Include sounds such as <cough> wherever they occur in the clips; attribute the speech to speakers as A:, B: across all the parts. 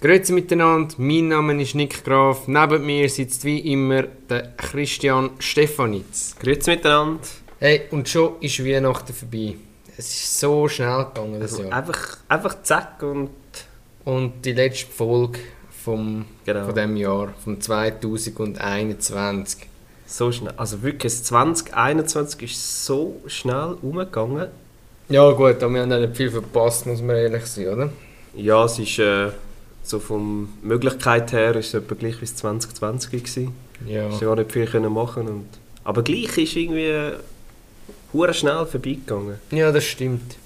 A: Grüezi miteinander, mein Name ist Nick Graf. Neben mir sitzt wie immer der Christian Stefanitz.
B: Grüezi miteinander.
A: Hey, und schon ist Weihnachten vorbei. Es ist so schnell gegangen das
B: Also
A: Jahr.
B: einfach, einfach zack und
A: Und die letzte Folge vom,
B: genau.
A: von diesem Jahr, vom 2021.
B: So schnell. Also wirklich, das 2021 ist so schnell umgegangen.
A: Ja gut, aber wir haben ja nicht viel verpasst, muss man ehrlich sein, oder?
B: Ja, es ist äh, so von Möglichkeit her ist es etwa gleich wie das 2020 gewesen.
A: Ja.
B: Ist ja gar nicht viel können machen und aber gleich ist irgendwie äh, hure schnell vorbeigegangen.
A: Ja, das stimmt.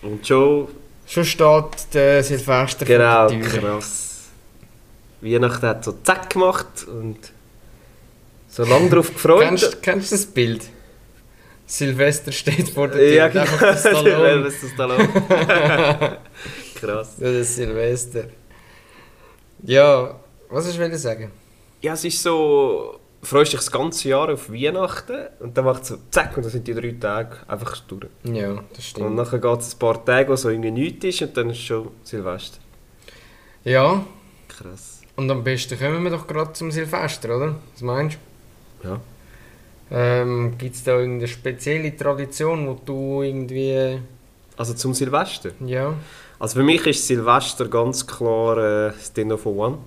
B: Und schon
A: Schon steht der Silvester
B: genau
A: vor der Tür.
B: krass. Weihnachten hat so zack gemacht und so
A: <laughs>
B: lange darauf gefreut.
A: Kennst, kennst du das Bild? Silvester steht vor der Tür.
B: Ja,
A: und einfach
B: genau.
A: das
B: <laughs>
A: Stallone.
B: Sylvester Stallone. <laughs> Krass.
A: Das ist Silvester. Ja, was ich will sagen?
B: Ja, es ist so, freust dich das ganze Jahr auf Weihnachten und dann macht es so zack und dann sind die drei Tage einfach durch.
A: Ja, das
B: Und
A: stimmt.
B: nachher geht es ein paar Tage, wo so irgendwie nichts ist und dann ist schon Silvester.
A: Ja,
B: Krass.
A: und am besten kommen wir doch gerade zum Silvester, oder? Was meinst
B: Ja.
A: du? Ähm, Gibt es da irgendeine spezielle Tradition, wo du irgendwie.
B: Also zum Silvester.
A: Ja.
B: Also für mich ist Silvester ganz klar äh, das Dinner for <laughs> One.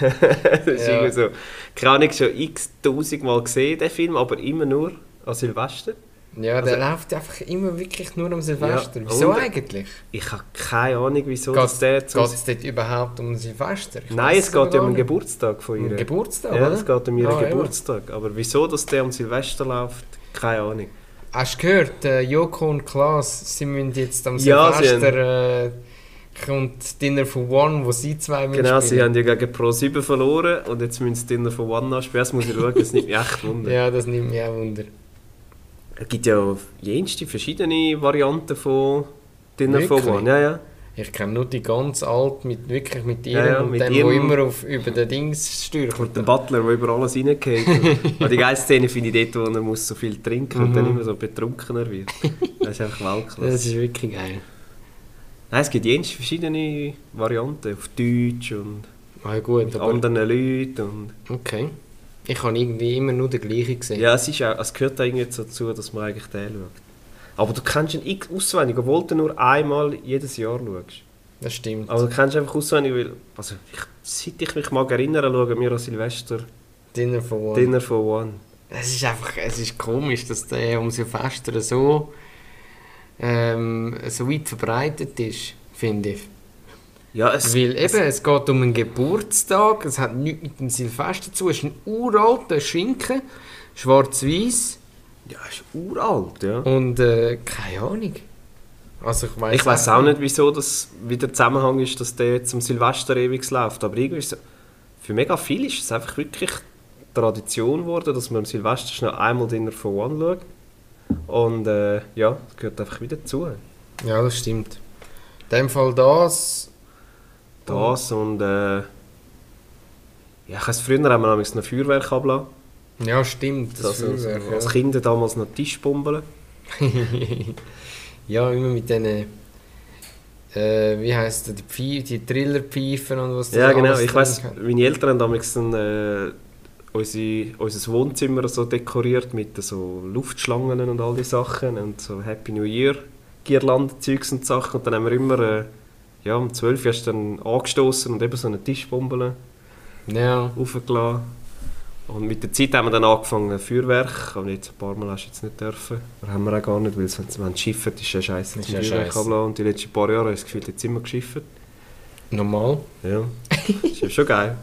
B: das ist
A: Ja.
B: irgendwie so, keine Ahnung, schon x tausendmal gesehen, den Film, aber immer nur an Silvester.
A: Ja, der
B: Also-
A: läuft einfach immer wirklich nur am Silvester.
B: Ja,
A: Wieso
B: und-
A: eigentlich?
B: Ich habe keine Ahnung, wieso
A: Geht-
B: das der
A: Geht
B: zum
A: es dort überhaupt um Silvester? Ich
B: Nein,
A: weiss
B: es geht ja
A: gar
B: um den
A: nicht.
B: Geburtstag von
A: Um
B: ihr.
A: Geburtstag,
B: ja,
A: oder?
B: es geht um ihren
A: Ah, eben.
B: Geburtstag. Aber wieso dass der am Silvester läuft, keine Ahnung.
A: Hast du gehört, äh, Joko und Klaas, sie müssen jetzt am
B: Ja, sie
A: Silvester äh, kommt Dinner for One, wo sie zwei
B: genau, sie
A: mitspielen.
B: haben ja gegen Pro 7 verloren und jetzt müssen sie Dinner von One anspielen. Das muss ich schauen, das nimmt mich echt Wunder.
A: <laughs> Ja, das nimmt mich auch Wunder.
B: Es gibt ja jenste verschiedene Varianten von Dinner von
A: Wirklich?
B: One. Ja, ja.
A: Ich kenne nur die ganz alt mit wirklich mit ihr
B: Ja, ja,
A: und
B: mit
A: dem,
B: ihrem-
A: wo immer auf, über den Dings stürcht.
B: Und der Butler, der über
A: <laughs>
B: alles reingeht. Und die geilste Szene finde ich dort, wo er muss so viel trinken und dann
A: Mhm.
B: immer so betrunkener wird. Das
A: <laughs>
B: ist einfach Weltklasse.
A: Das ist wirklich geil.
B: Nein, es gibt jenste verschiedene Varianten, auf Deutsch und
A: Ah, gut,
B: mit
A: aber
B: anderen Leuten. Und
A: okay. Ich habe irgendwie immer nur den gleichen gesehen.
B: ja, es, ist auch, es gehört auch irgendwie dazu, dass man eigentlich den schaut. Aber du kennst ihn x auswendig, obwohl du nur einmal jedes Jahr schaust.
A: Das stimmt.
B: Aber du kennst ihn einfach auswendig, weil, also ich, seit ich mich mag erinnern, schauen wir an Silvester
A: Dinner for One.
B: Dinner for One.
A: Es ist einfach, es ist komisch, dass der um Silvester so, ähm, so weit verbreitet ist, finde ich.
B: Ja, es,
A: Weil
B: es-
A: eben, es geht um einen Geburtstag, es hat nichts mit dem Silvester zu tun, es ist ein uralter Schinken, schwarz-weiß
B: ja, es ist uralt, ja.
A: und äh, keine Ahnung. Also ich weiß
B: Ich weiß auch nicht, wieso das wieder Zusammenhang ist, dass der jetzt am Silvester ewig läuft. Aber irgendwie ist es, für mega viel ist es einfach wirklich Tradition geworden, dass man am Silvester schnell einmal Dinner for One schaut. Und äh, ja, es gehört einfach wieder zu.
A: Ja, das stimmt. In dem Fall das.
B: Das und äh, ja, ich weiss, früher haben wir nämlich noch Feuerwerk abgelassen.
A: Ja, stimmt. Das
B: Das als,
A: Feuerwerk,
B: als
A: ja.
B: Kinder damals noch Tischbomben.
A: ja, <laughs> immer mit diesen. Äh, wie heisst das? Die, Pfei- die Trillerpfeifen und was
B: Ja,
A: das
B: genau.
A: alles
B: Ich weiß,
A: drin hat.
B: meine Eltern haben damals ein, äh, unsere, unser Wohnzimmer so dekoriert mit so Luftschlangen und all die Sachen und so Happy New Year Girlanden, Zeugs und Sachen. Und dann haben wir immer, äh, ja, um 12 Uhr hast du dann angestoßen und eben so eine Tischbombe
A: Ja,
B: raufgelassen. Und mit der Zeit haben wir dann angefangen Feuerwerk, aber jetzt ein paar Mal hast du jetzt nicht dürfen. Aber haben wir auch gar nicht, weil es, wenn es schifft, ist ja scheiße.
A: Ist ja
B: Feuerwerk
A: scheisse.
B: ablassen. Und die letzten paar Jahre habe ich das Gefühl, jetzt immer geschifft.
A: normal.
B: Ja, ist ja schon geil.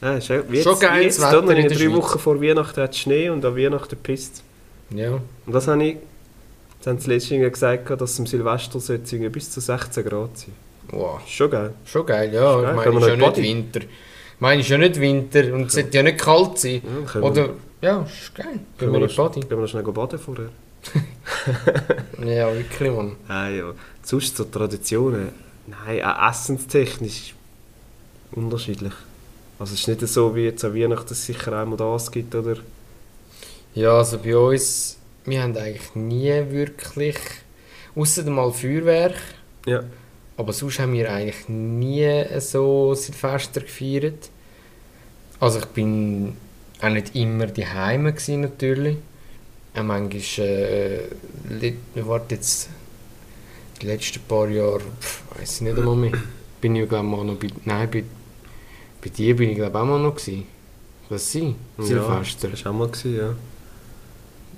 B: Ja, ist ja, wie jetzt,
A: Schon
B: wie
A: geiles
B: jetzt,
A: Wetter
B: oder? in
A: in
B: drei
A: der Schweiz.
B: Wochen vor Weihnachten hat es Schnee und an Weihnachten pisst
A: Ja.
B: Und das habe ich, das haben sie letztens irgendwie gesagt, gehabt, dass es am Silvester soll es irgendwie bis zu 16 Grad sein.
A: Wow.
B: Ist schon geil.
A: Schon geil, ja.
B: Ist geil,
A: Ich
B: können
A: meine,
B: wir
A: es ist ja
B: noch
A: nicht
B: Body?
A: Winter. Ich meine, es ist ja nicht Winter und es sollte ja nicht kalt sein.
B: Ja, dann können wir,
A: Oder, ja, ist geil. Gehen
B: können,
A: wir
B: wir
A: in
B: noch,
A: die Body.
B: können wir noch schnell baden vorher?
A: Ja, wirklich, Mann.
B: Ah, ja. Sonst so Traditionen. Nein, auch essenstechnisch unterschiedlich. Also es ist nicht so, wie jetzt an Weihnachten es sicher einmal das gibt, oder?
A: Ja, also bei uns, wir haben eigentlich nie wirklich, außer mal Feuerwerk,
B: Ja.
A: Aber sonst haben wir eigentlich nie so Silvester gefeiert. Also ich bin auch nicht immer die Heime natürlich. Auch manchmal, äh, le- warte jetzt, die letzten paar Jahre, weiß ich nicht einmal mehr. Bin ich glaube mal noch bei, nein, bei, bei dir bin ich glaube auch mal noch gewesen. Was sie? Silvester.
B: Ja, das war auch mal, gewesen, ja.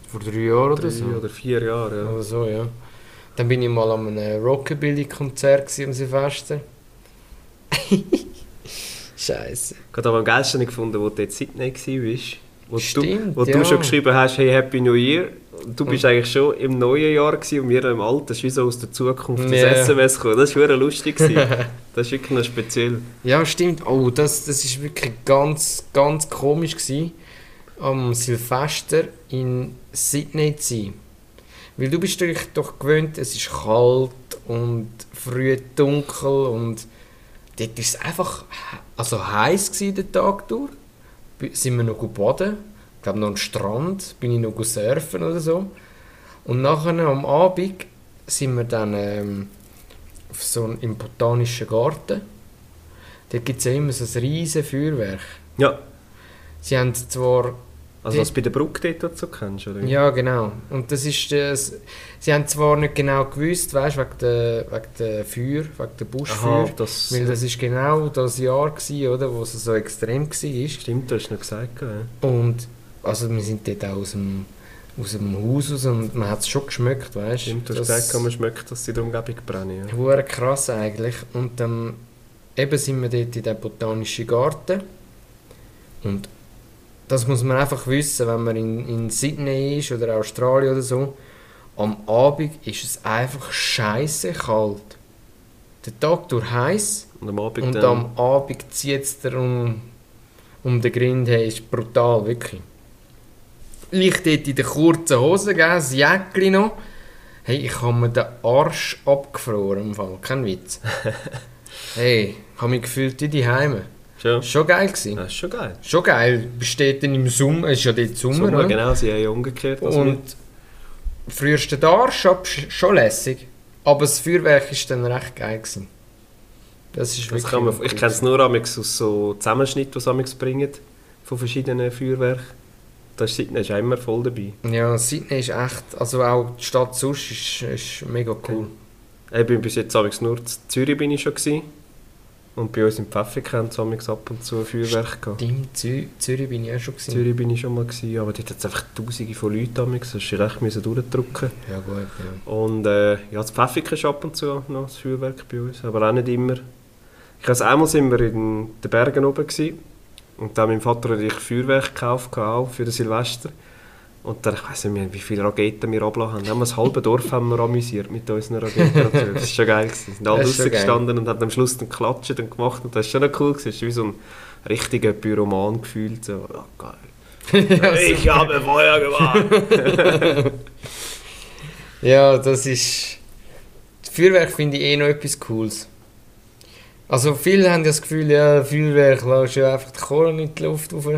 A: Vor drei Jahren
B: Drei
A: oder so.
B: oder vier Jahre, ja.
A: Oder so, ja. Dann bin ich mal an einem Rockabilly-Konzert gewesen am Silvester. <laughs> Scheiße.
B: Ich habe aber am geilsten gefunden, wo du jetzt Sydney warst. Wo
A: Stimmt,
B: du, wo
A: ja.
B: du schon geschrieben hast, hey, Happy New Year. Und Du bist eigentlich schon im neuen Jahr gewesen und wir noch im alten. Das ist wie so aus der Zukunft
A: Ja.
B: das SMS gekommen. Das war verdammt
A: <laughs>
B: lustig. gewesen. das ist wirklich noch speziell.
A: Ja, stimmt. Oh, das, das ist wirklich ganz, ganz komisch gewesen, am Silvester in Sydney zu sein. Weil du bist dich doch gewöhnt, es ist kalt und früh dunkel und dort war es einfach he- also heiß gewesen, den Tag durch. Bi- Sind wir noch gut baden, ich glaube noch am Strand, bin ich noch gut surfen oder so. Und nachher am Abend sind wir dann ähm, auf so einen, im Botanischen Garten. Dort gibt es ja immer so ein riesen Feuerwerk.
B: Ja,
A: Sie haben zwar
B: also was du bei der Brücke dort dazu kennst, oder?
A: ja, genau. Und das ist das. Sie haben zwar nicht genau gewusst, weißt wegen der, wegen der Feuer, wegen der Buschfeuer.
B: Aha, das
A: Weil das ist genau das Jahr gsi, oder, wo es so extrem war.
B: stimmt, du hast noch gesagt. gell,
A: Und also wir sind dort auch aus dem, aus dem Haus raus und man hat es schon geschmeckt,
B: Ja.
A: weißt
B: Stimmt, du hast gesagt, man schmeckt, dass sie in der Umgebung brennen. Ja.
A: Hure krass eigentlich. Und dann eben sind wir dort in den Botanischen Garten. Und das muss man einfach wissen, wenn man in, in Sydney ist oder Australien oder so. Am Abend ist es einfach scheiße kalt. Der Tag durch heiß
B: Und am Abend
A: und
B: dann...
A: am Abend zieht es dir um, um den Grind her. Ist brutal, wirklich. Ich dort in der kurzen Hose, gell, das Jäckli noch. Hey, ich habe mir den Arsch abgefroren im Fall. Kein
B: <laughs>
A: Witz. hey, ich habe mich gefühlt wie die Heime.
B: Schon?
A: Schon geil gewesen.
B: Das ist schon geil.
A: Schon geil. Besteht dann im Sommer, es ist ja dort Sommer,
B: Sommer,
A: ne?
B: genau, sie haben ja umgekehrt. als wir.
A: Und frühest den Arsch ab, sch- schon lässig. Aber das Feuerwerk war dann recht geil. Gewesen. Das ist
B: Das
A: wirklich
B: kann man,
A: gut
B: ich kenne es nur amigs aus so Zusammenschnitten, die sie amigs bringen, von verschiedenen Feuerwerken. Da ist Sydney ist auch immer voll dabei.
A: Ja, Sydney ist echt, also auch die Stadt sonst ist, ist mega cool.
B: Äh, Ich bin bis jetzt amigs nur in Zürich bin ich schon gewesen. Und bei uns im Pfäffik haben sie amigs ab und zu Feuerwerk gehabt.
A: Stimmt, Zü Zürich bin ich auch schon.
B: In
A: Gewesen.
B: Zürich bin ich schon mal gewesen, aber dort hat es einfach tausende von Leuten amigs, das musste ich recht müssen durchdrücken.
A: Ja gut, ja.
B: Und äh, ja, das Pfäffik ist ab und zu noch das Feuerwerk bei uns, aber auch nicht immer. Ich weiß, einmal sind wir in den Bergen oben gewesen, und dann mein Vater und ich Feuerwerk gekauft, auch für den Silvester. Und dann, ich weiß nicht mehr, wie viele Raketen wir abgelassen haben. Dann haben wir
A: <laughs>
B: das halbe Dorf haben wir amüsiert mit unseren Raketen. und so. Das ist schon geil.
A: <laughs>
B: gewesen. Wir sind alle
A: Das ist schon
B: draussen gestanden und haben am Schluss dann geklatscht und gemacht. Und das ist schon noch cool. gewesen. Das ist wie so ein richtiger Pyroman gefühlt. So, ja, geil.
A: <laughs>
B: ich habe Feuer gemacht.
A: Ja, das ist... Das Feuerwerk finde ich eh noch etwas Cooles. Also viele haben ja das Gefühl, ja, Feuerwerk lässt ja einfach die Kohlen in die Luft rauf.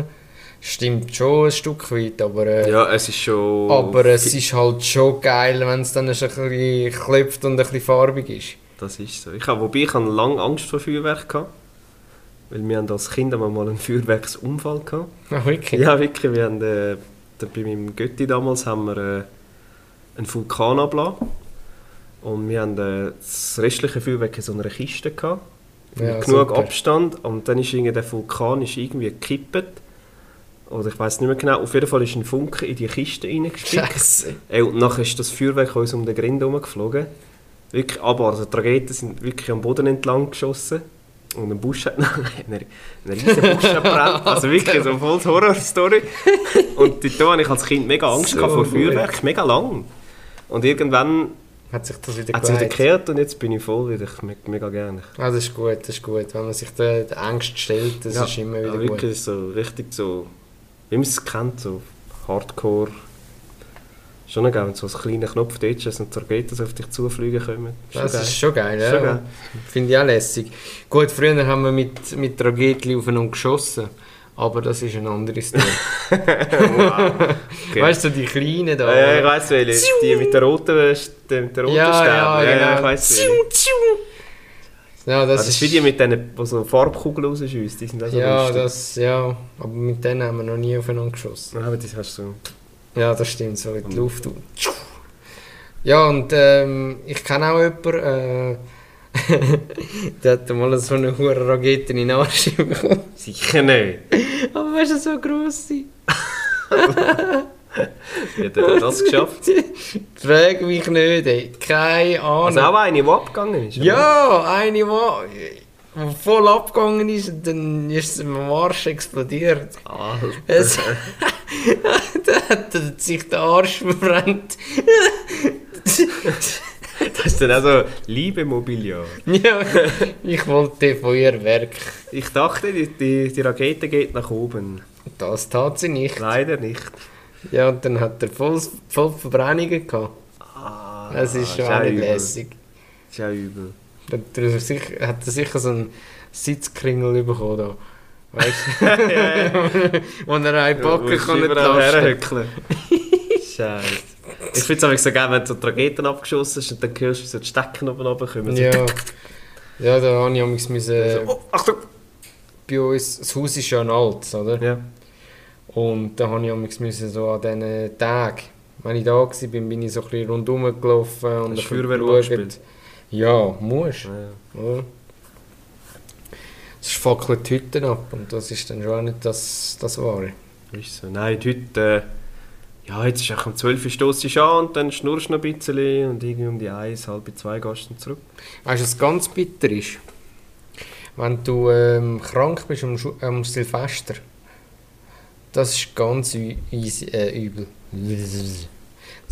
A: Stimmt schon ein Stück weit, aber... Äh,
B: ja, es ist schon...
A: Aber es ist halt schon geil, wenn es dann ein bisschen klopft und ein bisschen farbig ist. <laughs>
B: Das ist so. Ich hab, wobei ich habe lange Angst vor Feuerwerk gehabt, weil wir haben als Kinder mal einen Feuerwerksunfall gehabt.
A: Ah, wirklich?
B: Ja, wirklich. Wir haben äh, da bei meinem Götti damals haben wir äh, einen Vulkan abgelassen und wir haben äh, das restliche Feuerwerk in so einer Kiste gehabt.
A: Ja,
B: mit genug
A: super.
B: Abstand und dann ist irgendwie der Vulkan ist irgendwie gekippt oder ich weiß nicht mehr genau. Auf jeden Fall ist ein Funke in die Kiste reingespickt.
A: Scheiße.
B: Ey, und nachher ist das Feuerwerk uns um den Grind herumgeflogen. Wirklich, aber also die Raketen sind wirklich am Boden entlang geschossen. Und ein Busch hat... <laughs> Nein, ein riesen Busch hat brennt. Also wirklich, so voll die Horror-Story. Und dort hatte ich als Kind mega Angst
A: So
B: gehabt vor
A: gut.
B: Feuerwerk, mega lang. Und irgendwann
A: Hat sich das wieder
B: hat es wieder
A: gelegt?
B: gekehrt und jetzt bin ich voll wieder. Ich mag mega gerne.
A: Ah, das ist gut, das ist gut. Wenn man sich der, der Angst stellt, das
B: Ja,
A: ist immer
B: Ja,
A: wieder gut.
B: wirklich so richtig so... Wie man es kennt, so Hardcore. Schon noch geil, wenn so ein kleiner Knopf dort ist und die Raketen so auf dich zufliegen kommen. Schon
A: Das
B: geil. <laughs>
A: ist schon geil, ja.
B: Schon geil.
A: Finde ich auch lässig. Gut, früher haben wir mit, mit Raketen aufeinander geschossen, aber das ist ein anderes Thema.
B: <laughs> Okay.
A: Weißt du, die Kleinen da?
B: ja, ich weiß welche. Die mit der roten, St- die mit der roten
A: ja, ja,
B: Stäbe.
A: genau.
B: ich weiß welche.
A: Ziu, ziu. Ja, das
B: Das, das
A: ist...
B: ist wie die mit denen, die so Farbkugeln rausschiessen, die sind auch so
A: ja,
B: lustig.
A: das, ja, aber mit denen haben wir noch nie aufeinander geschossen.
B: Nein, aber das hast du
A: Ja, das stimmt, so in die
B: Mhm.
A: Luft. und tschu. Ja, und ähm, ich kenne auch jemanden, äh, <laughs> der hat mal so eine hohe Rakete in den Arsch bekommen.
B: so. Sicher nicht.
A: Aber weißt du, so gross sind.
B: Wie hat er das geschafft?
A: <laughs> Frag mich nicht, ey. Keine Ahnung.
B: Also auch eine, die abgegangen ist. oder?
A: ne. ja, eine, die die voll abgegangen ist und dann ist sie im Arsch explodiert.
B: Alter. <laughs>
A: Es, <laughs> da hat er sich der Arsch verbrannt. <laughs>
B: Das ist dann auch so Liebe Mobiliar.
A: ja, <laughs> ich wollte Feuerwerk.
B: Ich dachte, die, die, die Rakete geht nach oben.
A: Das tat sie nicht.
B: Leider nicht.
A: Ja, und dann hat er voll, voll Verbrennungen gehabt.
B: Ah,
A: Das ist schon
B: auch
A: auch nicht
B: übel.
A: lässig.
B: Ist auch
A: <laughs>
B: übel.
A: Dann hat er sich- hat er sicher so einen Sitzkringel bekommen. <laughs> Da. Weißt du? Wo er einen Backen kann nicht lassen. <laughs>
B: Scheiße. Ich finde es aber so geil, wenn du so die Raketen abgeschossen hast und dann hörst du, wie so die Stecken oben runterkommen. So,
A: Ja. äh, ja, da habe ich amigs müssen.
B: so, oh, Achtung!
A: Bei uns, das Haus ist ja ein altes, oder?
B: Ja.
A: Und da habe ich amigs müssen so an diesen Tagen, wenn ich da war, bin ich so ein bisschen rundherum gelaufen. Und ein
B: Hast du
A: bisschen
B: Feuerwehr
A: geschaut.
B: angespielt?
A: Ja, musst.
B: ja.
A: Oder? Es fackelt die Hütten ab und das ist dann schon auch nicht das, das Wahre.
B: Ist so. Nein, heute... Äh, ja, jetzt ist auch um 12 Uhr stoss ich an und dann schnurrst du noch ein bisschen und irgendwie um die 1, halb 2 gehst du dann zurück.
A: Weißt du, was ganz bitter ist? Wenn du ähm, krank bist am, Schu- am Silvester, das ist ganz ü- easy, äh, übel. Das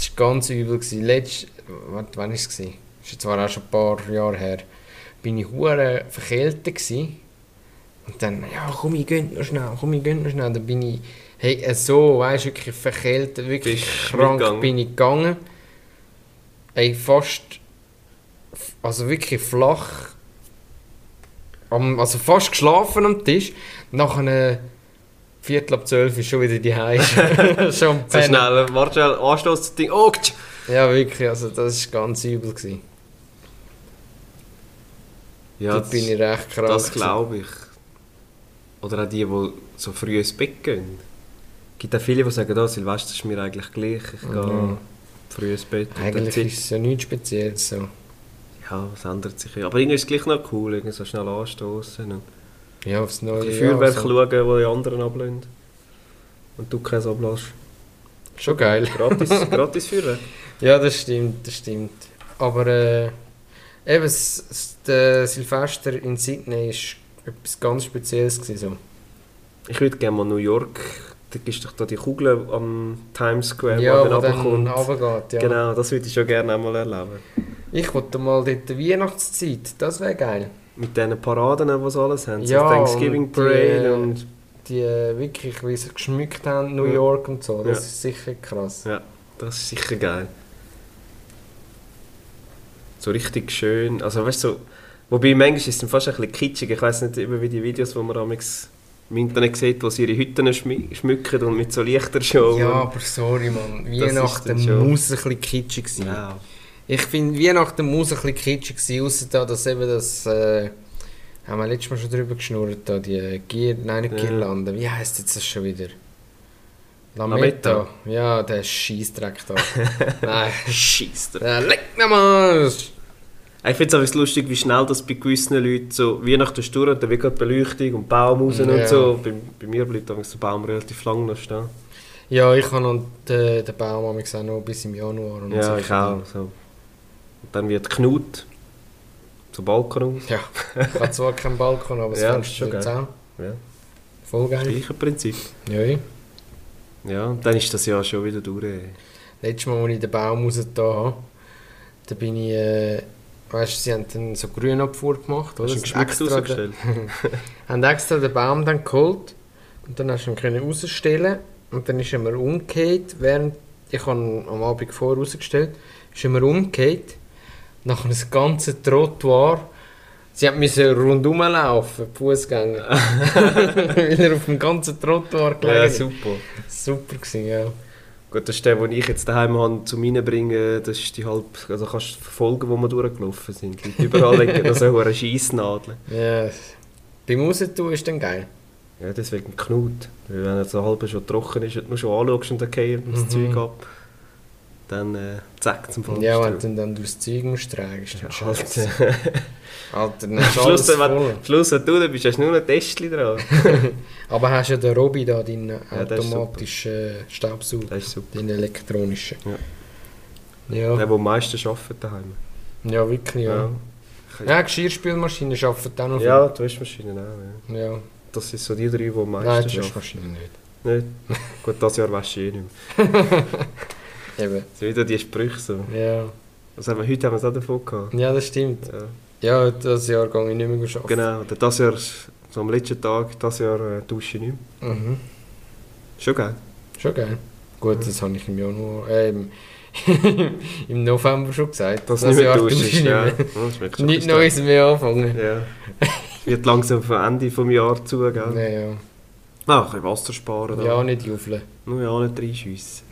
A: ist ganz übel. Gewesen. Letzt, warte, wann war es? gewesen? Das ist jetzt zwar auch schon ein paar Jahre her. Bin ich hure verkältet gewesen. Und dann, ja, komm, ich geh noch schnell, komm, ich geh noch schnell. Dann bin ich, hey, äh, so, weißt du, wirklich verkältet, wirklich
B: Bist
A: krank
B: mitgegangen?
A: bin ich gegangen. Ey, fast, f- also wirklich flach, am, also fast geschlafen am Tisch. Nach einer Viertel ab zwölf ist schon wieder die
B: <laughs>
A: Hause. schon am
B: So
A: Pennen.
B: schnell, äh, warte schnell, Anstoß, das Ding, oh, tsch.
A: Ja, wirklich, also das war ganz übel. Gewesen.
B: Ja,
A: Dort bin ich recht krank.
B: Das
A: gewesen.
B: glaube ich. Oder auch die, die so früh ins Bett gehen. Es gibt auch viele, die sagen, oh, Silvester ist mir eigentlich gleich, ich gehe
A: Mhm.
B: früh ins Bett. und dann
A: Eigentlich
B: zit-
A: ist es ja nichts Spezielles. So.
B: Ja, es ändert sich. ja. Aber irgendwie ist es gleich noch cool, irgendwie so schnell anstoßen und
A: Ja, also. aufs
B: ein
A: neue
B: bisschen
A: Jahr,
B: Feuerwerk
A: so.
B: schauen, wo die anderen ablehnen. Und du keins ablässt.
A: Schon geil. <laughs>
B: Gratis, gratis Feuerwerk.
A: Ja, das stimmt, das stimmt. Aber äh, eben, s- s- der Silvester in Sydney ist etwas ganz Spezielles. Gewesen,
B: Ich würde gerne mal New York, da gibst du doch da die Kugeln am Times
A: so.
B: Square,
A: Ja,
B: wo
A: wo
B: dann
A: dann
B: runterkommt.
A: runtergeht, ja.
B: Genau, das würde ich schon gerne einmal erleben.
A: Ich wollte mal dort die Weihnachtszeit, das wäre geil.
B: Mit diesen Paraden, die sie alles haben.
A: Ja,
B: so Thanksgiving
A: und die-
B: Parade und.
A: Die äh, wirklich, wie sie geschmückt haben, New
B: Ja.
A: York und so, das
B: Ja.
A: ist sicher krass.
B: Ja. Das ist sicher geil. So richtig schön. Also weißt du, so, wobei manchmal ist es dann fast ein bisschen kitschig. Ich weiß nicht über wie die Videos, die man amigs im Internet sieht, wo sie ihre Hütten schmü- schmücken und mit so Lichtershow.
A: Ja,
B: und-
A: aber sorry, man.
B: ist dann
A: Weihnachten
B: schon-
A: muss ein bisschen kitschig sein.
B: Ja.
A: Ich finde, Weihnachten muss ein bisschen kitschig sein, außer da, dass eben das. Äh, haben wir letztes Mal schon drüber geschnurrt, da, die Gier, nein, nicht
B: Ja.
A: Girlande. Wie heisst jetzt das schon wieder? Lametta. Ja, der Scheißdreck
B: <laughs>
A: da. nein.
B: Scheisse.
A: Äh, leck mir mal!
B: Ich finde es lustig, wie schnell das bei gewissen Leuten so Weihnachten ist durch und dann wird gerade Beleuchtung und Baum raus
A: Ja.
B: und so. Bei, bei mir bleibt amigs der Baum relativ lang noch stehen.
A: Ja, ich habe noch den, den Baum habe ich gesehen, noch bis im Januar. Und so.
B: Ja, ich auch. So. Und dann wird Knut zum Balkon raus.
A: Ja, ich habe zwar keinen Balkon, aber es
B: Ja,
A: fängst
B: ist
A: du
B: schon
A: jetzt
B: geil.
A: an.
B: Ja.
A: Voll geil.
B: Gleiche Prinzip.
A: Ja.
B: Ja, und dann ist das Jahr schon wieder durch. ey.
A: Letztes Mal, als ich den Baum rausgetan habe, da bin ich, äh, weißt du, sie haben dann so Grünabfuhr gemacht, oder?
B: Hast du ihn
A: Sie
B: geschmückt
A: extra den-
B: rausgestellt?
A: haben extra den Baum dann geholt und dann hast du ihn können rausstellen und dann ist er mir umgekehrt, während ich habe ihn am Abend vorher rausgestellt, ist er mir umgekehrt, nach einem ganzen Trottoir, sie haben müssen rundum laufen, die Fußgänger, <laughs> weil er auf dem ganzen Trottoir
B: Ja,
A: gelegen ist.
B: super.
A: Super gewesen, ja.
B: Gut, das ist der, den ich jetzt daheim habe, zum Reinbringen, das ist die halb, also kannst du verfolgen, wo wir durchgelaufen sind. Die Leute Überall <laughs> liegen da so eine Scheissnadel.
A: Ja. Beim Rausentun ist dann geil.
B: Ja, deswegen Knut. Weil wenn er so halb schon trocken ist und du schon anschaust und dann kehrt das
A: Mhm.
B: Zeug ab, dann äh, zack, zum Fall.
A: ja, wenn du dann durchs Zeug musst tragen, ist dann scheiße.
B: <laughs> Alter.
A: Alter, dann
B: Am
A: ist
B: Schluss,
A: alles
B: wenn,
A: voll.
B: am Schluss, wenn du da bist, hast du nur noch ein Testchen dran.
A: Aber hast ja den Robi da, deinen
B: Ja, der ist super.
A: automatischen äh, Staubsauger,
B: Das ist super.
A: den elektronischen. Ja.
B: Der,
A: Ja,
B: der am meisten arbeitet daheim.
A: wirklich, ja. Also.
B: Ja.
A: Ja, Geschirrspülmaschine arbeitet auch noch viel.
B: Ja, die Waschmaschine auch. Ja.
A: ja.
B: Das sind so die drei, die am
A: Nein, die
B: meisten arbeiten.
A: Waschmaschine nicht.
B: Nicht? Gut, das Jahr wäsche ich eh nicht mehr.
A: Eben.
B: Das sind wieder die Sprüche so.
A: Ja.
B: Was haben wir, heute haben wir es auch davon gehabt.
A: ja, das stimmt.
B: Ja.
A: Ja, das Jahr gehe ich nicht mehr arbeiten.
B: Genau, oder das Jahr, so am letzten Tag, das Jahr äh, dusche ich nicht mehr.
A: Mhm.
B: Schon geil.
A: Schon geil. Gut, das habe ich im Januar, äh, im, <laughs> im November schon gesagt.
B: Das, nicht mehr
A: Jahr
B: duschen.
A: tue ich
B: ist, ja.
A: nicht mehr.
B: Ja, das merkst du
A: Nicht
B: schon.
A: Neues mehr anfangen.
B: Ja. Wird langsam vom Ende vom Jahr zu, gell?
A: Ja, ja.
B: Ah, ein bisschen Wasser sparen. da.
A: ja, nicht juffeln.
B: Nur ja nicht reinschiessen.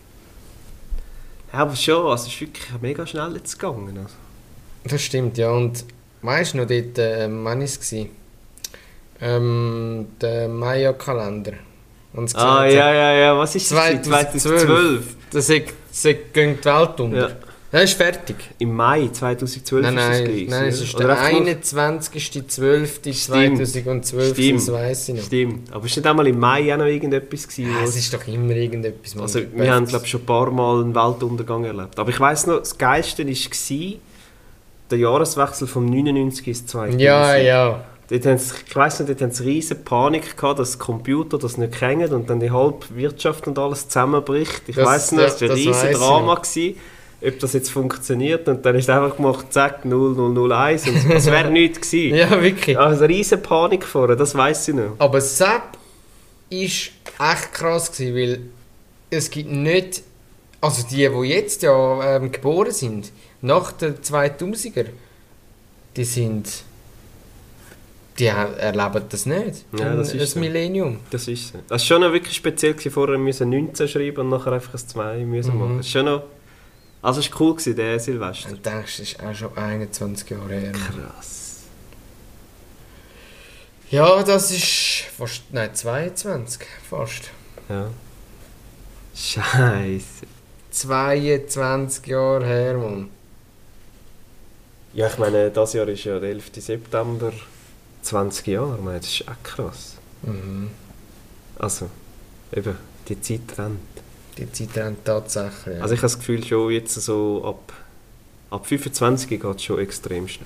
B: Ja, aber schon, also es ist wirklich mega schnell jetzt gegangen. Also.
A: Das stimmt, ja. Und weißt du noch dort, äh, wann war es? Ähm, der Maya-Kalender. Und es gesagt
B: Ah,
A: hat,
B: ja, ja, ja, was ist das?
A: 2012. Das sagt, sagt, geht die Welt unter.
B: Ja.
A: Das ist fertig.
B: Im Mai 2012
A: Nein,
B: ist das
A: nein,
B: gewesen,
A: nein, es
B: oder?
A: ist
B: Oder
A: der
B: einfach nur-
A: 21.12.2012,
B: Stimmt.
A: das weiss ich noch.
B: Stimmt, aber ist nicht einmal im Mai auch noch irgendetwas gewesen?
A: Ah,
B: wo
A: es ist doch immer irgendetwas.
B: Also
A: Mann.
B: wir haben glaube schon ein paar Mal einen Weltuntergang erlebt. Aber ich weiß noch, das Geilste war der Jahreswechsel vom 99 ins 2000.
A: Ja, ja.
B: Dort haben sie, ich weiss noch, dort haben sie riesige Panik gehabt, dass die Computer das nicht kennen und dann die halbe Wirtschaft und alles zusammenbricht. Ich
A: Das-
B: weiss noch,
A: ja,
B: es war ein
A: das weiss
B: riesiges
A: ich
B: Drama, gewesen, ob das jetzt funktioniert. Und dann ist einfach gemacht, zack, 0001 und es wäre nichts gewesen.
A: Ja, wirklich.
B: Also eine riesige Panik vorher, das weiss ich noch.
A: Aber Sepp ist echt krass gewesen, weil es gibt nicht, also die, die jetzt ja ähm, geboren sind, nach den 2000er, die sind, die er- erleben das nicht.
B: Ja, das ist
A: das
B: so.
A: Millennium.
B: Das ist so. Das ist schon noch wirklich speziell, gewesen, vorher müssen 19 schreiben und nachher einfach ein 2 müssen
A: Mhm.
B: machen. Das ist schon noch, also es war cool, gewesen, der Silvester.
A: Dann denkst du, das ist auch schon 21 Jahre her.
B: Krass.
A: Ja, das ist fast, nein, 22, fast.
B: Ja. Scheiße.
A: 22 Jahre her, Mann.
B: Ja, ich meine, das Jahr ist ja der 11. September 20 Jahre. Ich meine, das ist auch krass.
A: Mhm.
B: Also, eben, die Zeit rennt.
A: Die Zeit rennt tatsächlich.
B: Also ich habe das Gefühl, schon jetzt so ab, ab 25 geht es schon extrem schnell.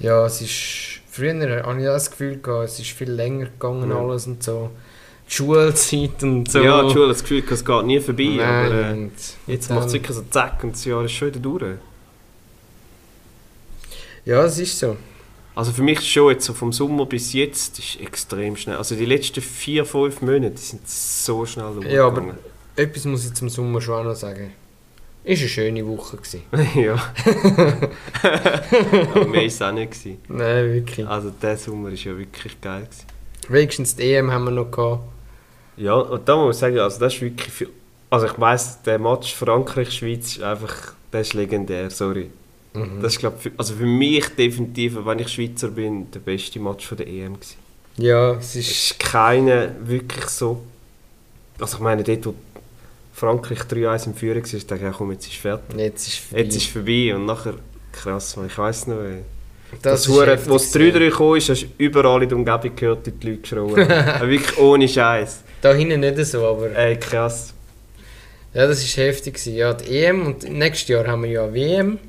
A: Ja, es ist. Früher hatte ich das Gefühl, gehabt, es ist viel länger gegangen
B: Ja.
A: alles und so. Die Schulzeit und so.
B: Ja, Entschuldigung, das Gefühl, es geht nie vorbei,
A: Nein,
B: aber... Äh,
A: und
B: Jetzt
A: dann-
B: macht es wirklich so zack und das Jahr ist schon wieder durch.
A: Ja, es ist so.
B: Also für mich ist schon jetzt so vom Sommer bis jetzt ist extrem schnell. Also die letzten vier, fünf Monate die sind so schnell
A: Ja, aber-
B: umgegangen. <laughs>
A: Etwas muss ich zum Sommer schon auch noch sagen. Ist eine schöne Woche. Gewesen. <laughs>
B: ja. <laughs> aber mehr war es auch nicht. Gewesen.
A: Nein, wirklich.
B: Also der Sommer war ja wirklich geil. Gewesen.
A: Wenigstens die EM haben wir noch gehabt.
B: Ja, und da muss ich sagen, also das ist wirklich viel... Also ich weiss, der Match Frankreich-Schweiz ist einfach... Der ist legendär, sorry.
A: Mhm.
B: Das ist glaube ich, also für mich definitiv, wenn ich Schweizer bin, der beste Match von der EM gewesen.
A: ja, es
B: Es
A: ist.
B: ist keine wirklich so. Also ich meine, dort, wo Frankreich 3-1 im Führung war, dachte ich, ja, komm, jetzt ist fertig.
A: Jetzt ist vorbei.
B: Jetzt ist vorbei und nachher, krass, Mann, ich weiss noch, ey.
A: das
B: Das
A: ist
B: Hure,
A: heftig
B: wo es 3-3 kam, ist, hast du überall in der Umgebung gehört, wie die Leute <laughs> geschrien haben. Aber Wirklich ohne Scheiß.
A: gewesen. Da hinten nicht so, aber.
B: Ey, krass.
A: Ja, das ist heftig. Gewesen. Ja, die EM und nächstes Jahr haben wir ja WM.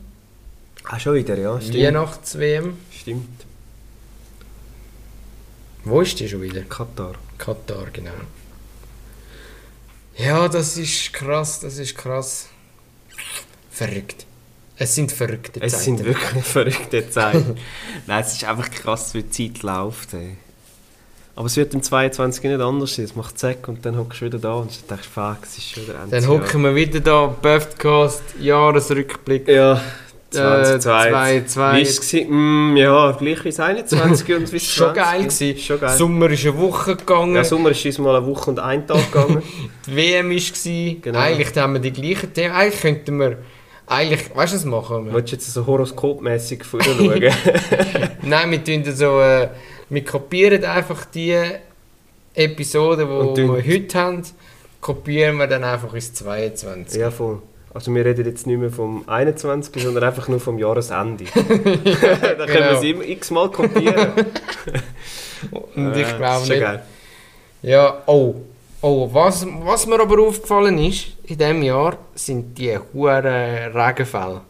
B: Ah, schon wieder, ja, stimmt.
A: Weihnachts-WM.
B: Stimmt.
A: Wo ist die schon wieder?
B: Katar.
A: Katar, genau. Ja, das ist krass, das ist krass. Verrückt. Es sind verrückte
B: Es sind wirklich <laughs> verrückte <laughs> Zeiten. Nein, es ist einfach krass, wie die Zeit läuft. Ey. Aber es wird im 22 nicht anders sein. Es macht Zack und dann hockst du wieder da und denkst, fuck, es ist schon wieder Ende.
A: Dann hocken wir wieder da, Podcast, Jahresrückblick.
B: Ja,
A: Äh,
B: 2022.
A: 2
B: Wie ist es? gewesen? Mm, ja, gleich wie das 21 und wie das
A: <laughs> Schon
B: 20.
A: geil gewesen.
B: Schon geil.
A: Sommer ist eine Woche gegangen,
B: Ja, Sommer ist uns mal eine Woche und ein
A: <laughs>
B: Tag gegangen.
A: die WM ist gewesen.
B: Genau.
A: Eigentlich da haben wir die gleichen Themen. Eigentlich könnten wir, eigentlich, weißt du, was machen wir?
B: Willst du jetzt so horoskopmässig
A: <laughs>
B: vorher schauen? <laughs>
A: Nein, wir tun dann so, äh, wir kopieren einfach die Episoden,
B: Und
A: die
B: tun-
A: wir heute haben, kopieren wir dann einfach ins 22.
B: ja, voll. Also wir reden jetzt nicht mehr vom 21., sondern einfach nur
A: <laughs>
B: vom Jahresende. da können wir
A: genau.
B: es immer x-mal kopieren.
A: <laughs> Und ich
B: Äh, das
A: glaube
B: ist schon
A: nicht.
B: geil.
A: Ja, oh. Oh, was, was mir aber aufgefallen ist in diesem Jahr, sind die huren Regenfälle.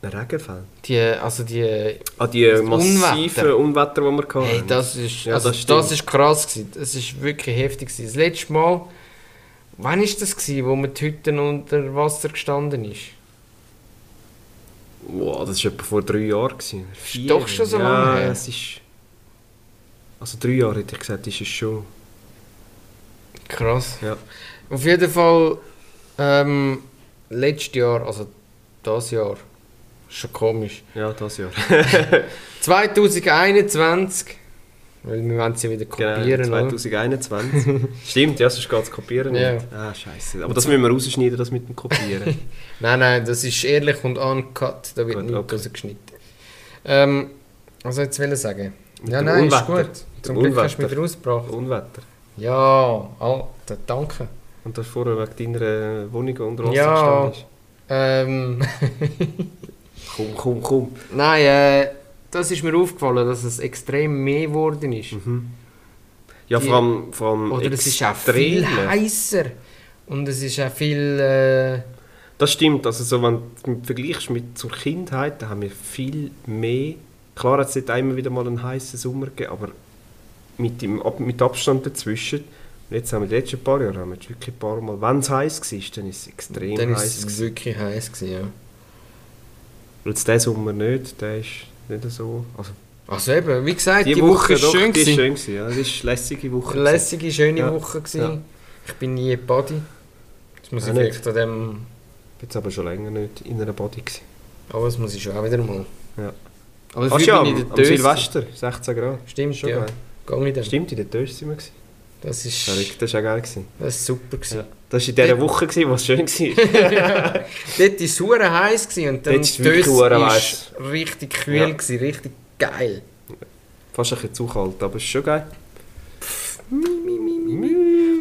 B: Ein Regenfall.
A: Die, also die,
B: Ah, die
A: Das
B: massiven
A: Unwetter.
B: Unwetter, die wir hatten.
A: hey, das ist,
B: Ja,
A: also
B: Oh, das
A: das,
B: stimmt.
A: ist krass gewesen. Das ist wirklich heftig gewesen. Das letzte Mal, wann ist das gewesen, wo man die Hütten unter Wasser gestanden ist?
B: Wow, das war etwa vor drei Jahren. gewesen. Vier.
A: doch schon so
B: ja,
A: lange her.
B: Es ist also drei Jahre hätte ich gesagt, ist es schon.
A: Krass.
B: Ja.
A: Auf jeden Fall, ähm, letztes Jahr, also das Jahr, schon komisch.
B: Ja, das Jahr.
A: 2021, weil wir wollen sie wieder kopieren,
B: genau,
A: oder?
B: 2021.
A: <laughs>
B: Stimmt, ja, sonst geht es kopieren
A: Ja.
B: nicht. Ah, scheiße. Aber das müssen wir rausschneiden, das mit dem Kopieren.
A: <laughs> Nein, nein, das ist ehrlich und uncut, da wird
B: Gut,
A: nichts
B: okay.
A: rausgeschnitten. Ähm, was soll ich jetzt wollen sagen?
B: Mit
A: ja,
B: dem
A: nein,
B: Unwetter.
A: ist gut.
B: Mit
A: Zum
B: dem
A: Glück hast du
B: Unwetter.
A: mich rausgebracht.
B: Unwetter.
A: Ja, Alter, danke.
B: Und das vorher wegen deiner Wohnung unter Wasser
A: Ja.
B: gestanden ist.
A: Ähm, <laughs>
B: Komm, komm, komm.
A: nein, äh, das ist mir aufgefallen, dass es extrem mehr geworden ist.
B: Ja,
A: Die-
B: vor allem, vor allem
A: Oder es ist auch viel
B: Hm, extrem.
A: heißer. Und es ist auch viel. Äh,
B: Das stimmt, also so, wenn du es vergleichst mit zur Kindheit, da haben wir viel mehr. Klar hat es nicht immer wieder mal einen heißen Sommer gegeben, aber mit, dem, Ab- mit Abstand dazwischen. Und jetzt haben wir die letzten paar Jahre, haben wir jetzt wirklich ein paar Mal, wenn es heiß war, dann ist es extrem
A: dann ist
B: heiß.
A: es
B: gewesen.
A: wirklich heiß gewesen, ja.
B: Und Jetzt diesen Sommer nicht, der ist nicht so. Also,
A: Also eben, wie gesagt,
B: die,
A: die, Woche,
B: Woche, doch,
A: ist schön
B: die ist
A: gewesen.
B: schön gewesen, ja. Das ist eine lässige Woche.
A: Eine lässige, schöne
B: Ja.
A: Woche gewesen.
B: Ja.
A: Ich bin nie in Body. Das muss
B: Ja,
A: ich
B: nicht.
A: vielleicht an dem...
B: gewesen. Ich bin jetzt aber schon länger nicht in einer Body. gewesen.
A: Aber das muss ich schon auch wieder mal.
B: Ja.
A: Aber
B: Ach
A: dafür
B: ja,
A: bin ich
B: am,
A: in der
B: am
A: Döse.
B: Silvester, 16 Grad.
A: Stimmt,
B: Schon
A: ja.
B: geil.
A: Gang in dem.
B: Stimmt, in der Döse sind wir. gewesen.
A: Das ist,
B: Verrückt, Das war auch geil. Gewesen.
A: das ist super gewesen.
B: Ja. Das war in dieser
A: Dort-
B: Woche, gewesen, was schön war.
A: Dort war es hure heiß gewesen und dann
B: Dort ist es wirklich
A: Döse
B: hure
A: ist
B: heiß.
A: richtig kühl
B: Ja.
A: gewesen, richtig geil.
B: <laughs> Fast ein bisschen zu kalt, aber ist schon geil.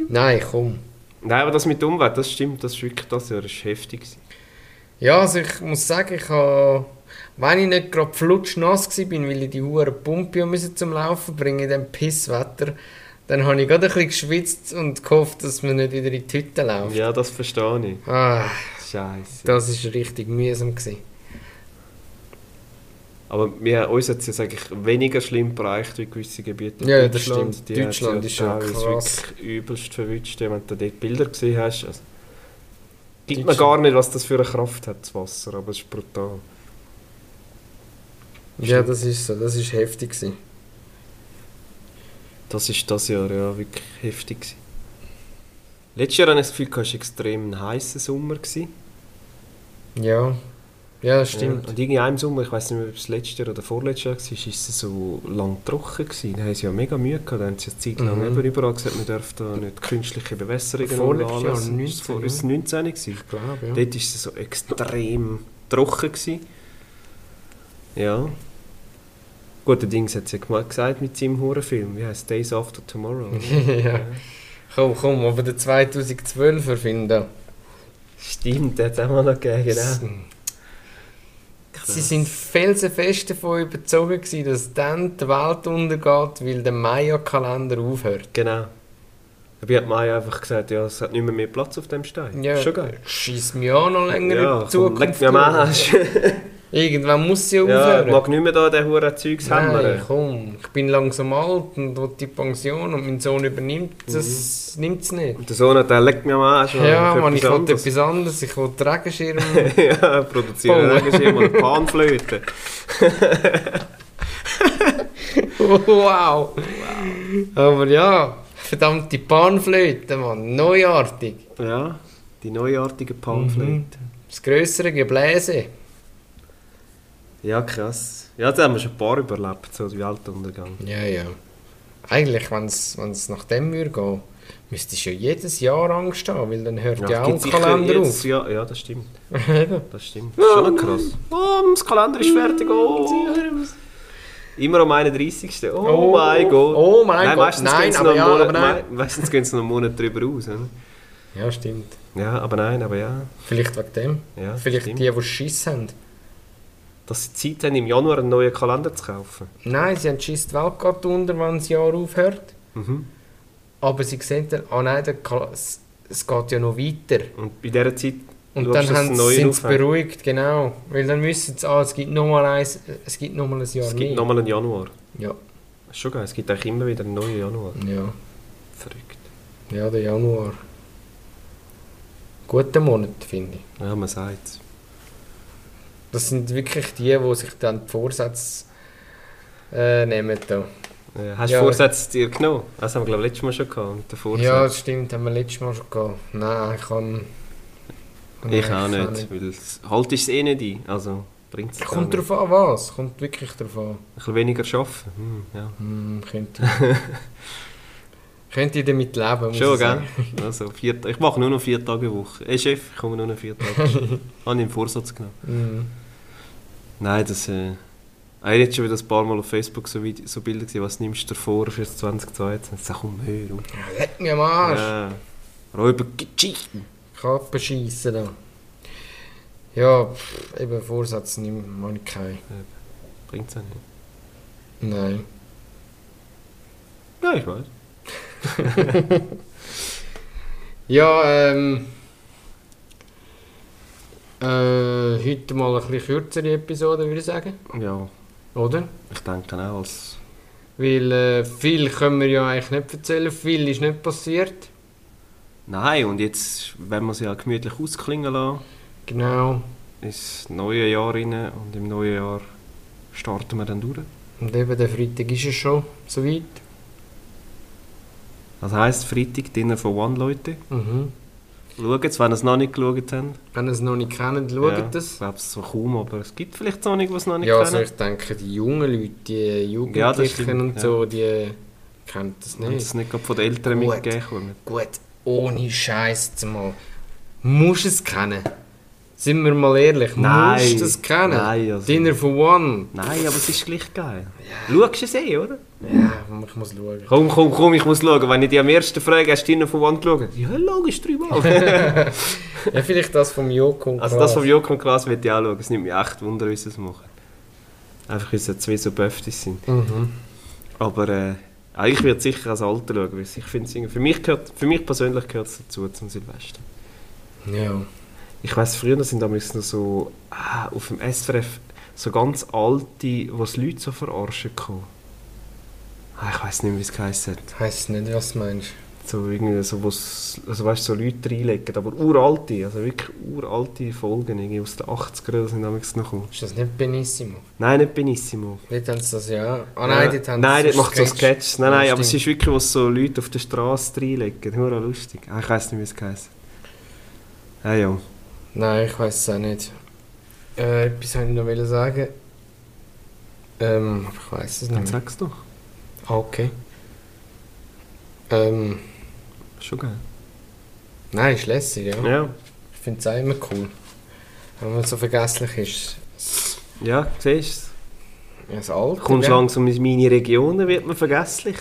A: Nein, komm.
B: Nein, aber das mit dem Umwelt, das stimmt, das ist wirklich das Jahr, das ist heftig. gewesen.
A: Ja, also ich muss sagen, ich habe, wenn ich nicht gerade flutschnass war, bin, weil ich die hure Pumpe musste zum Laufen bringen in diesem Pisswetter, dann habe ich gerade ein bisschen geschwitzt und gehofft, dass man nicht wieder in die Hütte läuft.
B: Ja, das verstehe ich.
A: Ah,
B: Scheiße.
A: das ist richtig mühsam gewesen.
B: Aber wir, uns hat es jetzt eigentlich weniger schlimm bereicht wie gewisse Gebiete in
A: Ja, das
B: Deutschland.
A: stimmt.
B: Die hat's
A: Deutschland ist ja
B: teilweise
A: krass.
B: wirklich übelst verwünscht, wenn du dort Bilder gesehen hast. Also, gibt man
A: Deutschland.
B: gar nicht, was das für eine Kraft hat, das Wasser, aber es ist brutal.
A: Ja, das ist so, das ist heftig gewesen.
B: Das ist das Jahr ja wirklich heftig. Gewesen. Letztes Jahr hatte ich das Gefühl, es war ein extrem heißer Sommer. Gewesen.
A: Ja, ja, das stimmt.
B: Ja. Und irgendwie im Sommer, ich weiß nicht mehr, ob es letztes Jahr oder vorletztes Jahr war, war es so lang trocken. Gewesen. Da haben sie ja mega Mühe gehabt. Da haben sie eine Zeit lang
A: Mhm.
B: eben überall gesagt, wir dürfen da nicht künstliche Bewässerung
A: Vorletztes Jahr, 19,
B: Ist es vor
A: ja.
B: uns 19 gewesen.
A: Ich glaube, ja.
B: Dort war es so extrem trocken. Gewesen. Ja. Gute Dings hat sie mal gesagt mit seinem Hurenfilm. Wie heißt Days After Tomorrow?
A: <laughs>
B: oder?
A: <laughs> ja. Komm, komm, aber der 2012er finde
B: Stimmt, der hat auch mal noch gegeben,
A: ich.
B: genau.
A: Sie sind felsenfest davon überzogen, gewesen, dass dann die Welt untergeht, weil der Maya-Kalender aufhört.
B: Genau. Aber ich habe Maya einfach gesagt, ja, es hat nicht mehr, mehr Platz auf dem Stein.
A: Ja,
B: Schon geil.
A: Scheiss mich auch noch länger in
B: ja,
A: die
B: komm,
A: Zukunft.
B: leck mir am
A: durch.
B: Arsch.
A: Irgendwann muss sie
B: ja, ich
A: aufhören.
B: mag nicht mehr da den huren Zeugs
A: Nein,
B: hämmern.
A: komm, ich bin langsam alt und will die Pension und mein Sohn übernimmt
B: Mhm.
A: das, nimmt es nicht.
B: Und der Sohn hat den leck mir am Arsch.
A: Ja, Mann, ich will
B: <laughs> etwas
A: etwas anderes, ich will Regenschirm.
B: anderes. Ja, produzieren
A: Bauen.
B: Regenschirm und Panflöte.
A: <laughs> wow. Aber ja, verdammte Panflöte, Mann, neuartig. Mhm.
B: Ja, die neuartige Panflöte.
A: Das größere Gebläse.
B: Ja, krass. Ja, da haben wir schon ein paar überlebt, so den Weltuntergang.
A: Ja, ja. Eigentlich, wenn es nach dem würde gehen, müsste ich ja jedes Jahr Angst haben, weil dann hört ja,
B: es
A: auch ein
B: gibt sicher
A: Kalender
B: jedes
A: auf.
B: Jahr- Ja, das stimmt.
A: <laughs> Eben.
B: Das stimmt. Schon krass. Oh, das Kalender ist fertig. Oh. Immer am 31. Oh,
A: Oh,
B: mein Gott.
A: oh mein
B: nein,
A: Gott.
B: Meistens
A: Nein,
B: gehen sie
A: aber
B: noch einen
A: ja,
B: Monat,
A: aber nein.
B: mei- <laughs> Meistens gehen sie noch einen Monat drüber aus. Oder?
A: Ja, stimmt.
B: Ja, aber nein, aber ja.
A: Vielleicht wegen dem.
B: ja
A: Vielleicht
B: stimmt.
A: die, die Schiss haben.
B: Dass sie Zeit haben, im Januar einen neuen Kalender zu kaufen.
A: Nein, sie haben Schiss, die Welt geht unter, wenn das Jahr aufhört.
B: Mhm.
A: Aber sie sehen dann, ah nein, der Kal- es, es geht ja noch weiter.
B: Und bei dieser Zeit
A: Und dann
B: schaust du, dass
A: haben,
B: einen neuen
A: sind sie
B: aufhängt.
A: beruhigt, genau. Weil dann wissen sie, ah, es gibt nochmal eins, es gibt nochmal ein Jahr
B: Es
A: mehr.
B: gibt nochmal einen Januar.
A: ja,
B: Das ist schon geil. Es gibt eigentlich immer wieder einen neuen Januar.
A: ja,
B: Verrückt.
A: ja, der Januar. Guter Monat, finde ich.
B: Ja, man sagt es.
A: Das sind wirklich die, die sich dann die Vorsätze äh, nehmen. Da.
B: Äh, Hast du
A: Ja.
B: Vorsätze dir genommen? Das haben wir, glaube ich, letztes Mal schon gehabt. Mit den Vorsätzen.
A: Ja, das stimmt, haben wir letztes Mal schon gehabt. Nein, ich kann.
B: Ich auch nicht, weil es- halt ist es eh nicht ein, also bringt es
A: Kommt drauf an, was? Kommt wirklich drauf an.
B: Ein bisschen weniger arbeiten, hm, ja.
A: Hm, könnte ich.
B: <laughs>
A: könnte ich damit leben, muss
B: Schon,
A: ich
B: gell?
A: sagen. <laughs>
B: Also, vier, ich mache nur noch vier Tage Woche. Ey Chef, ich komme nur noch vier Tage.
A: <laughs>
B: Habe ich im Vorsatz genommen.
A: Hm.
B: Nein, das... Äh, ich habe jetzt schon wieder ein paar Mal auf Facebook so, Vide- so Bilder gesehen, was nimmst du dir vor für 2022? Ich sage, komm, hör auf.
A: Ja, Leck mich am Arsch.
B: Ja. Räuber Geschichten.
A: Kappen schiessen da. Ja, pff, eben Vorsatz nimmt man keinen.
B: Bringt es auch nicht.
A: Nein.
B: Ja, ich weiß.
A: Ja, ähm. Äh, heute mal eine bisschen kürzere Episode, würde ich sagen.
B: Ja,
A: Oder?
B: ich denke auch, als...
A: Weil äh, viel können wir ja eigentlich nicht erzählen, viel ist nicht passiert.
B: Nein, und jetzt, wenn wir es ja gemütlich ausklingen lassen,
A: Genau.
B: ins neue Jahr rein und im neuen Jahr starten wir dann durch.
A: Und eben der Freitag ist es schon soweit.
B: Das heisst, Freitag Dinner for One, Leute.
A: Mhm.
B: Schaut es, wenn ihr es noch nicht geschaut habt.
A: Wenn ihr es noch nicht kennt, schaut
B: ja, Ich
A: es.
B: glaube, es so kaum, aber es gibt vielleicht so einige, die es noch nicht
A: Ja, also
B: kennen.
A: ich denke, die jungen Leute, die
B: Ja, das
A: Jugendlichen
B: stimmt,
A: und
B: ja.
A: so, die kennen das
B: Wenn
A: nicht.
B: es nicht gerade von den Eltern
A: Gut.
B: mitgegeben kommt.
A: Gut, ohne Scheiß mal. Musst es kennen. Sind wir mal ehrlich,
B: Nein.
A: musst es kennen.
B: Nein, also-
A: Dinner for One.
B: Nein, aber es ist gleich geil. Schaust du es eh, oder?
A: Ja, ich muss schauen.
B: Komm, komm, komm, ich muss schauen. Wenn ich dich am ersten frage, hast du Dinner for One geschaut? Ja,
A: <laughs>
B: logisch, dreimal.
A: Ja, vielleicht das vom Joko. und
B: also das
A: Klaas.
B: vom Joko und Klaas möchte ich auch schauen. Es nimmt mich echt Wunder, wie sie es machen. Einfach, weil es zwei so Böftis sind.
A: Mhm.
B: Aber äh, eigentlich wird sicher als Alter schauen, weil ich finde, es irgendwie- für mich, gehört, für mich persönlich gehört es dazu zum Silvester.
A: Ja.
B: Ich weiß früher sind damals noch so ah, auf dem SRF so ganz alte, was Leute so verarschen kommen. Ah, ich weiß nicht, mehr, wie es geheißen hat.
A: Heißt nicht, was du meinst.
B: So irgendwie so, wo's, also weißt, so Leute reinlegen, aber uralte, also wirklich uralte Folgen irgendwie aus den 80ern sind damals noch gekommen.
A: Ist das nicht Benissimo?
B: Nein, nicht Benissimo.
A: Dort haben sie das ja. auch. Ah nein,
B: Ja.
A: dort haben
B: Nein,
A: sie
B: dort macht so Sketches. Nein,
A: Ja,
B: nein, aber es
A: stimmt.
B: ist wirklich, was so Leute auf der Straße reinlegen. Hurra lustig. Ah, ich weiß nicht, wie es heisst. Ah ja.
A: Nein, ich weiß es auch nicht. Äh, etwas wollte ich noch wollen sagen. Ähm, aber ich weiß es
B: Dann
A: nicht. mehr.
B: sag's doch.
A: Ah, okay. Ähm,
B: Schon geil.
A: nein, ist lässig, ja.
B: Ja.
A: Ich finde es auch immer cool. Wenn man so vergesslich ist. Das-
B: Ja, siehst
A: ja, Das Alter.
B: du. Kommst
A: gell?
B: langsam in meine Region, dann wird man vergesslich.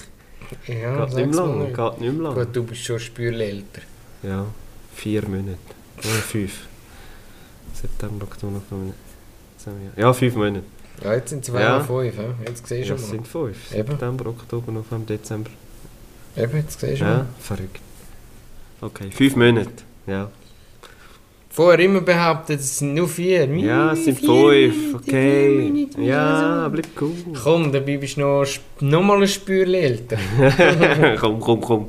A: Ja,
B: Geht nicht mehr
A: sag's mal
B: lang.
A: Ah, nicht.
B: Geht nicht mehr lang.
A: Gut, du bist schon spürlich älter.
B: Ja. Vier Monate. Oder fünf. September, Oktober, November. Dezember. Ja, fünf Monate.
A: Ja, jetzt sind es
B: Ja.
A: ja. fünf, ja. Jetzt siehst du
B: Ja, es
A: schon
B: sind fünf.
A: Eben.
B: September, Oktober, November, Dezember.
A: mal. Eben, jetzt siehst du
B: Ja,
A: mal.
B: verrückt. Okay, fünf Monate. Ja.
A: Vorher immer behauptet, es sind nur vier.
B: Ja, es sind
A: Vier
B: fünf,
A: Minuten, vier
B: okay.
A: Minuten,
B: Ja,
A: so.
B: bleib cool.
A: Komm, dabei bist du noch, sp- noch mal ein Spürchen älter.
B: <laughs> komm, komm, komm.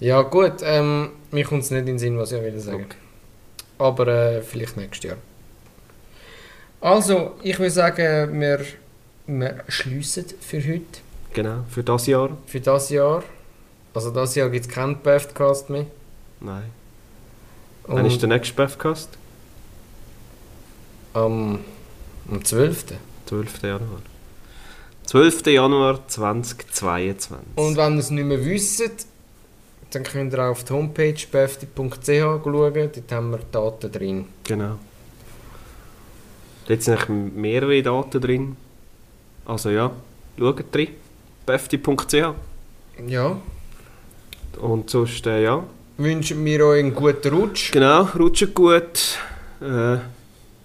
A: Ja gut, ähm, mir kommt es nicht in den Sinn, was ich will sagen
B: Okay.
A: Aber äh, vielleicht nächstes Jahr. Also, ich würde sagen, wir, wir schliessen für heute,
B: Genau, für das Jahr?
A: für das Jahr. Also das Jahr gibt es keinen Podcast mehr.
B: Nein. Wann ist
A: Und
B: der nächste Podcast?
A: am Am 12.
B: 12. Januar. 12. Januar 2022.
A: Und wenn ihr es nicht mehr wisst, dann könnt ihr auch auf die Homepage bfd.ch schauen. Dort haben wir Daten drin.
B: Genau. Dort sind eigentlich mehrere Daten drin. Also ja, schaut rein. bfd.ch
A: Ja.
B: Und sonst, äh, ja.
A: Wünschen wir euch einen guten Rutsch
B: Genau, rutscht gut. Äh,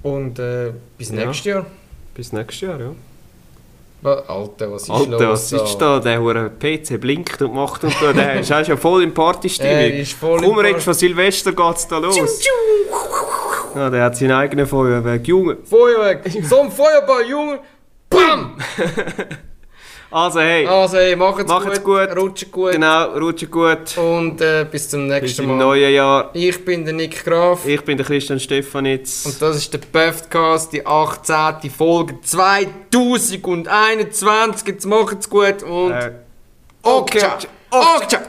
A: und äh, bis
B: Ja.
A: nächstes Jahr.
B: bis nächstes Jahr, ja.
A: Wa- Alter, was ist los?
B: Alter, was
A: da?
B: ist da? Der hure PC blinkt und macht und da. Der ist auch schon voll in
A: Er
B: Partystimmung.
A: ist voll im
B: Komm,
A: Park.
B: Rick, von Silvester geht's da los. Ja, der hat seinen eigenen Feuerwerk. Junge.
A: Feuerwerk! So ein Feuerball, Junge! BAM!
B: Also, hey.
A: Also, hey, macht's,
B: Macht's
A: gut,
B: gut.
A: rutscht gut
B: Genau, rutscht gut.
A: und äh, bis zum
B: Bis
A: nächsten
B: im
A: Mal.
B: neuen Jahr.
A: Ich bin der Nick Graf
B: Ich bin der Christian Stefanitz.
A: und das ist der Puffcast, die 18. Folge 2021. Jetzt macht's gut und
B: äh,
A: Okja!
B: Okja.
A: Okja!